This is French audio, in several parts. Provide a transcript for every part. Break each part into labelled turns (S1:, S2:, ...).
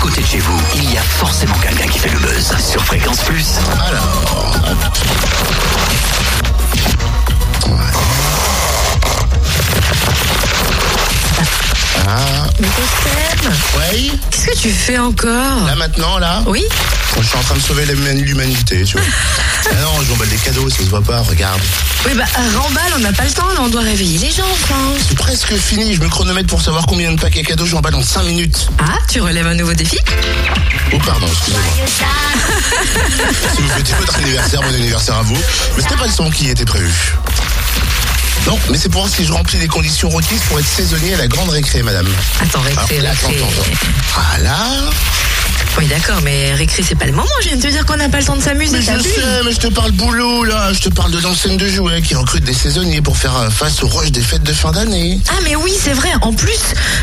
S1: côté de chez vous, il y a forcément quelqu'un qui fait le buzz sur Fréquence Plus. Alors.
S2: Ah, oui.
S3: Qu'est-ce que tu fais encore
S2: Là maintenant, là,
S3: Oui
S2: je suis en train de sauver l'human- l'humanité, tu vois. ah non, je m'emballe des cadeaux, ça se voit pas, regarde.
S3: Oui, bah, euh, remballe, on n'a pas le temps, là, on doit réveiller les gens, enfin.
S2: C'est presque fini, je me chronomètre pour savoir combien de paquets cadeaux je m'emballe dans 5 minutes.
S3: Ah, tu relèves un nouveau défi
S2: Oh pardon, excusez-moi. si vous fêtez votre anniversaire, bon anniversaire à vous. Mais c'était pas le son qui était prévu. Non, mais c'est pour voir si je remplis les conditions requises pour être saisonnier à la grande récré, madame.
S3: Attends,
S2: Alors,
S3: récré,
S2: là, Ah, attends,
S3: récré.
S2: attends, attends. Ah là
S3: Oui, d'accord, mais récré, c'est pas le moment, je viens de te dire qu'on n'a pas le temps de
S2: Mais
S3: s'amuser,
S2: je
S3: t'as
S2: le
S3: vu
S2: sais, mais je te parle boulot, là. Je te parle de l'enseigne de jouets qui recrute des saisonniers pour faire euh, face au rush des fêtes de fin d'année.
S3: Ah, mais oui, c'est vrai, en plus,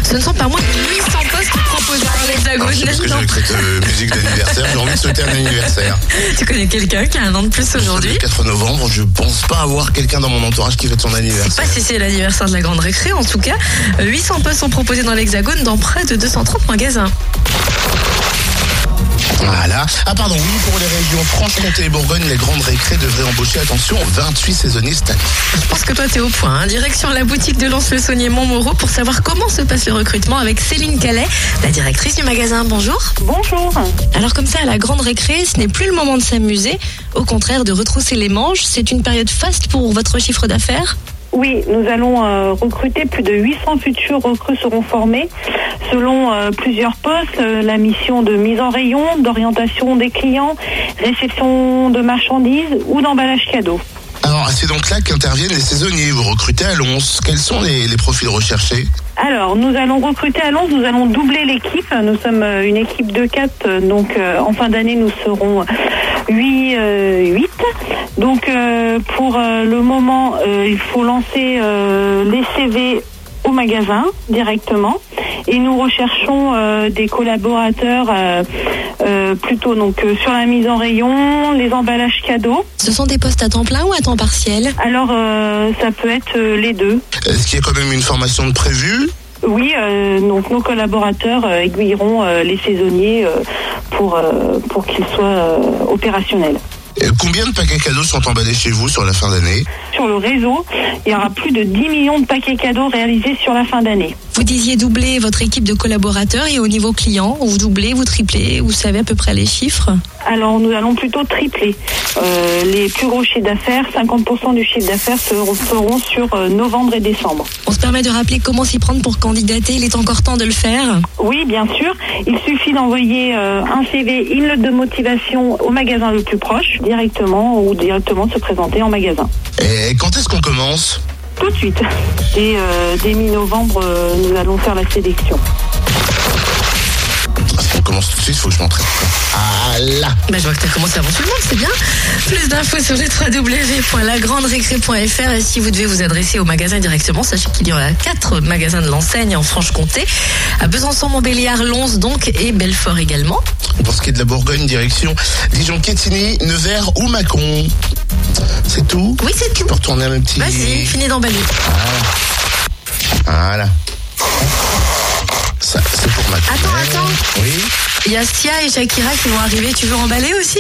S3: ce ne sont pas moins de 800 postes qui proposent dans l'hexagone.
S2: Ah, Parce que j'ai
S3: Non.
S2: écrit euh, musique d'anniversaire, j'ai envie de sauter un anniversaire.
S3: Tu connais quelqu'un qui a un an de plus
S2: Le
S3: aujourd'hui
S2: 4 novembre, je pense pas avoir quelqu'un dans mon entourage qui fête son
S3: Je sais
S2: anniversaire.
S3: pas Bah, si c'est l'anniversaire de la grande récré, en tout cas, 800 postes sont proposés dans l'hexagone dans près de 230 magasins.
S2: Voilà. Ah pardon, oui, pour les régions Franche-Comté et Bourgogne, les grandes récré devraient embaucher, attention, 28 saisonniers cette année.
S3: Je pense que toi t'es au point. hein. Direction la boutique de Lance le Saunier Montmoreau pour savoir comment se passe le recrutement avec Céline Calais, la directrice du magasin. Bonjour.
S4: Bonjour.
S3: Alors comme ça, à la grande récré, ce n'est plus le moment de s'amuser, au contraire de retrousser les manches. C'est une période faste pour votre chiffre d'affaires.
S4: Oui, nous allons euh, recruter plus de 800 futurs recrues seront formés selon euh, plusieurs postes, euh, la mission de mise en rayon, d'orientation des clients, réception de marchandises ou d'emballage cadeau.
S2: Alors, c'est donc là qu'interviennent les saisonniers. Vous recrutez à Lons. Quels sont les, les profils recherchés
S4: Alors, nous allons recruter à Lens, nous allons doubler l'équipe. Nous sommes euh, une équipe de 4, euh, donc euh, en fin d'année, nous serons 8. 8. Donc, euh, pour euh, le moment, euh, il faut lancer euh, les CV au magasin directement. Et nous recherchons euh, des collaborateurs euh, euh, plutôt donc, euh, sur la mise en rayon, les emballages cadeaux.
S3: Ce sont des postes à temps plein ou à temps partiel
S4: Alors, euh, ça peut être euh, les deux.
S2: Est-ce qu'il y a quand même une formation de prévue
S4: Oui, euh, donc nos collaborateurs euh, aiguilleront euh, les saisonniers euh, pour, euh, pour qu'ils soient euh, opérationnels.
S2: Euh, Combien de paquets cadeaux sont emballés chez vous sur la fin d'année
S4: Sur le réseau, il y aura plus de 10 millions de paquets cadeaux réalisés sur la fin d'année.
S3: Vous disiez doubler votre équipe de collaborateurs et au niveau client, vous doublez, vous triplez, vous savez à peu près les chiffres.
S4: Alors nous allons plutôt tripler euh, les plus gros chiffres d'affaires. 50% du chiffre d'affaires seront, seront sur euh, novembre et décembre.
S3: On se permet de rappeler comment s'y prendre pour candidater, il est encore temps de le faire.
S4: Oui, bien sûr. Il suffit d'envoyer euh, un CV, une note de motivation au magasin le plus proche directement ou directement de se présenter en magasin.
S2: Et quand est-ce qu'on commence
S4: Tout de suite. Et euh, dès mi-novembre, euh, nous allons faire la sélection.
S2: Parce qu'on commence tout de suite, faut que je m'entraîne. Ah là
S3: Bah, je vois que t'as commencé avant tout le monde, c'est bien. Plus d'infos sur les www.lagranderécré.fr et si vous devez vous adresser au magasin directement, sachez qu'il y en a quatre magasins de l'enseigne en Franche-Comté, à Besançon, Montbéliard, Lons donc et Belfort également.
S2: Pour ce qui est de la Bourgogne, direction Dijon-Quétigny, Nevers ou Mâcon. C'est tout
S3: Oui, c'est tout.
S2: Je peux retourner à mes petits...
S3: Vas-y, finis d'emballer.
S2: Voilà. Ça, c'est pour ma
S3: Attends, attends.
S2: Oui
S3: Il y a Sia et Shakira qui vont arriver, tu veux emballer aussi